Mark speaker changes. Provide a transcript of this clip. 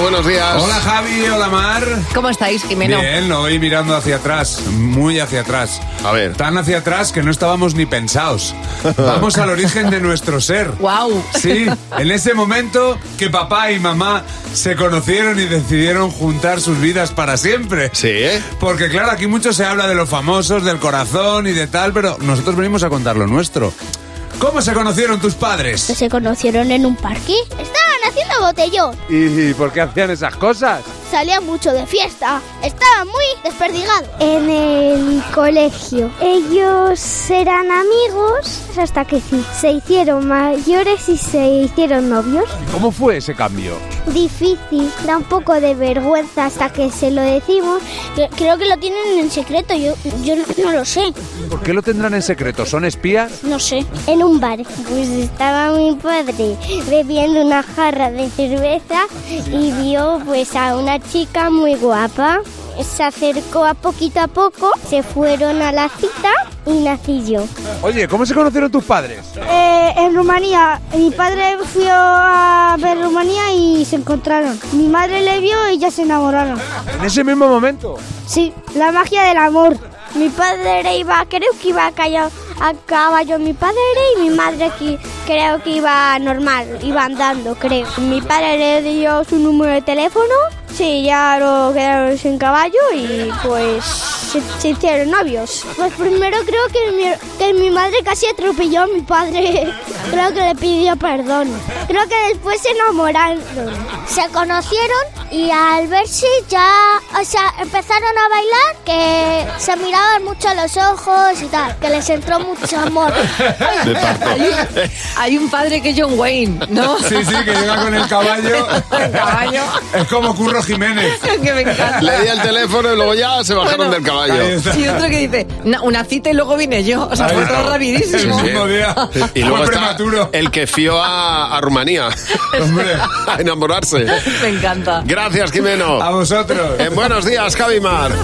Speaker 1: buenos días.
Speaker 2: Hola Javi, hola Mar.
Speaker 3: ¿Cómo estáis, Jimeno?
Speaker 2: Bien, lo voy mirando hacia atrás, muy hacia atrás.
Speaker 1: A ver.
Speaker 2: Tan hacia atrás que no estábamos ni pensados. Vamos al origen de nuestro ser.
Speaker 3: Guau.
Speaker 2: Sí, en ese momento que papá y mamá se conocieron y decidieron juntar sus vidas para siempre.
Speaker 1: Sí, ¿eh?
Speaker 2: Porque claro, aquí mucho se habla de los famosos, del corazón y de tal, pero nosotros venimos a contar lo nuestro. ¿Cómo se conocieron tus padres?
Speaker 4: se conocieron en un parque. Estaban haciendo botellón.
Speaker 2: ¿Y por qué hacían esas cosas?
Speaker 4: Salían mucho de fiesta. Estaban muy desperdigados. En el colegio. Ellos eran amigos hasta que sí. Se hicieron mayores y se hicieron novios.
Speaker 2: ¿Cómo fue ese cambio?
Speaker 4: Difícil. Da un poco de vergüenza hasta que se lo decimos. Creo que lo tienen en secreto. Yo, yo no lo sé.
Speaker 2: ¿Por qué lo tendrán en secreto? ¿Son espías?
Speaker 4: No sé. En un bar. Pues estaba mi padre bebiendo una jarra de cerveza y vio pues a una chica muy guapa. Se acercó a poquito a poco, se fueron a la cita y nací yo.
Speaker 2: Oye, ¿cómo se conocieron tus padres?
Speaker 4: Eh, en Rumanía, mi padre fue a ver Rumanía y se encontraron. Mi madre le vio y ya se enamoraron.
Speaker 2: En ese mismo momento.
Speaker 4: Sí, la magia del amor. Mi padre iba, creo que iba a caballo, a caballo mi padre y mi madre que creo que iba normal, iba andando, creo. Mi padre le dio su número de teléfono, sí, ya lo quedaron sin caballo y pues se, se hicieron novios. Pues primero creo que mi, que mi madre casi atropelló a mi padre, creo que le pidió perdón. Creo que después se enamoraron. Se conocieron y al verse ya, o sea, empezaron a bailar, que se miraban mucho a los ojos y tal, que les entró mucho amor.
Speaker 1: De parto.
Speaker 3: Hay un, hay un padre que es John Wayne, ¿no?
Speaker 2: Sí, sí, que llega con el caballo.
Speaker 3: El caballo.
Speaker 2: Es como Curro Jiménez.
Speaker 3: que me encanta.
Speaker 1: Le di el teléfono y luego ya se bajaron
Speaker 3: Bueno.
Speaker 1: del
Speaker 2: Ahí
Speaker 1: caballo.
Speaker 2: está.
Speaker 3: Y otro que dice, "Na- una cita y luego vine yo. O sea,
Speaker 2: Ahí
Speaker 3: fue
Speaker 2: está.
Speaker 3: todo
Speaker 2: El
Speaker 3: rapidísimo.
Speaker 2: mismo día.
Speaker 1: Y luego
Speaker 2: Fue
Speaker 1: está
Speaker 2: prematuro.
Speaker 1: el que fió a, a Rumanía
Speaker 2: Hombre,
Speaker 1: a enamorarse.
Speaker 3: Me encanta.
Speaker 1: Gracias,
Speaker 2: a
Speaker 1: Jimeno.
Speaker 2: vosotros.
Speaker 1: En buenos días, Javi Mar.